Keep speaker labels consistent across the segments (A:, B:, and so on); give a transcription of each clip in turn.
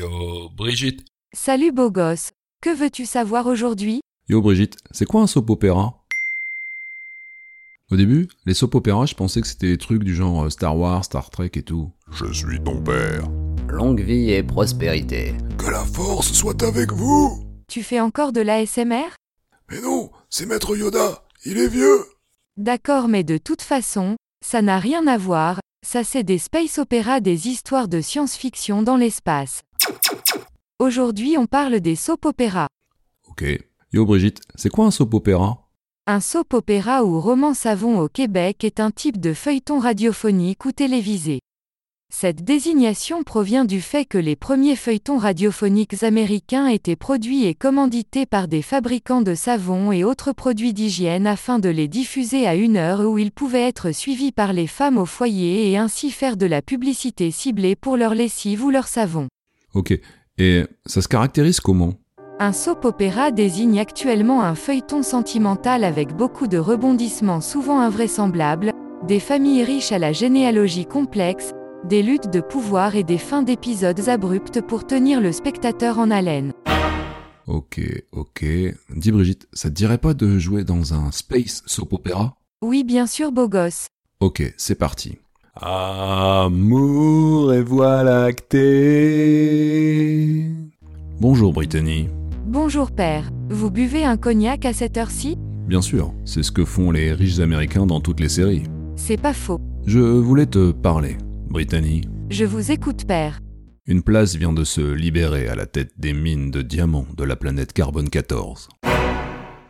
A: Yo, Brigitte.
B: Salut beau gosse. Que veux-tu savoir aujourd'hui
C: Yo Brigitte, c'est quoi un soap opéra Au début, les soap opéras, je pensais que c'était des trucs du genre euh, Star Wars, Star Trek et tout.
D: Je suis ton père.
E: Longue vie et prospérité.
D: Que la force soit avec vous
B: Tu fais encore de l'ASMR
D: Mais non, c'est Maître Yoda, il est vieux
B: D'accord, mais de toute façon, ça n'a rien à voir, ça c'est des space opéras, des histoires de science-fiction dans l'espace. Aujourd'hui, on parle des soap opéras.
C: Ok. Yo Brigitte, c'est quoi un soap opéra
B: Un soap opéra ou roman savon au Québec est un type de feuilleton radiophonique ou télévisé. Cette désignation provient du fait que les premiers feuilletons radiophoniques américains étaient produits et commandités par des fabricants de savon et autres produits d'hygiène afin de les diffuser à une heure où ils pouvaient être suivis par les femmes au foyer et ainsi faire de la publicité ciblée pour leur lessive ou leur savon.
C: Ok. Et ça se caractérise comment
B: Un soap opéra désigne actuellement un feuilleton sentimental avec beaucoup de rebondissements souvent invraisemblables, des familles riches à la généalogie complexe, des luttes de pouvoir et des fins d'épisodes abruptes pour tenir le spectateur en haleine.
C: Ok, ok. Dis Brigitte, ça te dirait pas de jouer dans un space soap opéra
B: Oui, bien sûr, beau gosse.
C: Ok, c'est parti.
A: Amour et voix lactée.
C: Bonjour Brittany.
B: Bonjour père, vous buvez un cognac à cette heure-ci
C: Bien sûr, c'est ce que font les riches américains dans toutes les séries.
B: C'est pas faux.
C: Je voulais te parler, Brittany.
B: Je vous écoute père.
C: Une place vient de se libérer à la tête des mines de diamants de la planète Carbone 14.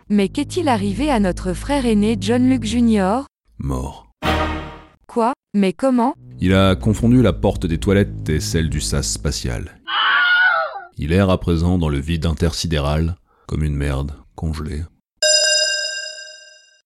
B: Mais qu'est-il arrivé à notre frère aîné John Luke Jr
C: Mort.
B: Quoi Mais comment
C: Il a confondu la porte des toilettes et celle du sas spatial. Il erre à présent dans le vide intersidéral, comme une merde, congelée.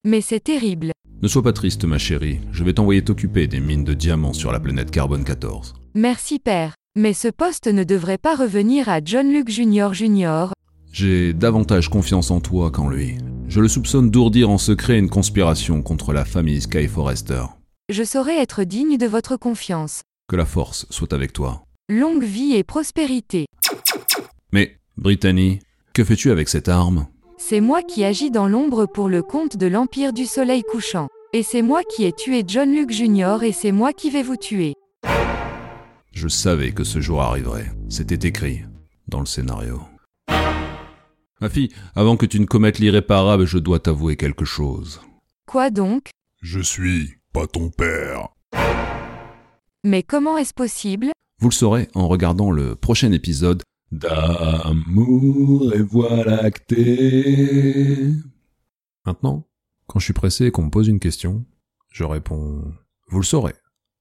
B: Mais c'est terrible.
C: Ne sois pas triste, ma chérie, je vais t'envoyer t'occuper des mines de diamants sur la planète Carbone 14.
B: Merci père. Mais ce poste ne devrait pas revenir à John Luke Jr. Jr.
C: J'ai davantage confiance en toi qu'en lui. Je le soupçonne d'ourdir en secret une conspiration contre la famille Sky Forrester.
B: Je saurai être digne de votre confiance.
C: Que la force soit avec toi.
B: Longue vie et prospérité.
C: Mais, Brittany, que fais-tu avec cette arme
B: C'est moi qui agis dans l'ombre pour le compte de l'Empire du Soleil couchant. Et c'est moi qui ai tué John Luke Jr. et c'est moi qui vais vous tuer.
C: Je savais que ce jour arriverait. C'était écrit dans le scénario. Ma fille, avant que tu ne commettes l'irréparable, je dois t'avouer quelque chose.
B: Quoi donc
D: Je suis pas ton père.
B: Mais comment est-ce possible
C: Vous le saurez en regardant le prochain épisode d'Amour et Voie lactée. Maintenant, quand je suis pressé et qu'on me pose une question, je réponds Vous le saurez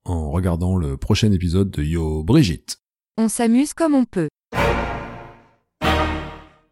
C: en regardant le prochain épisode de Yo Brigitte.
B: On s'amuse comme on peut.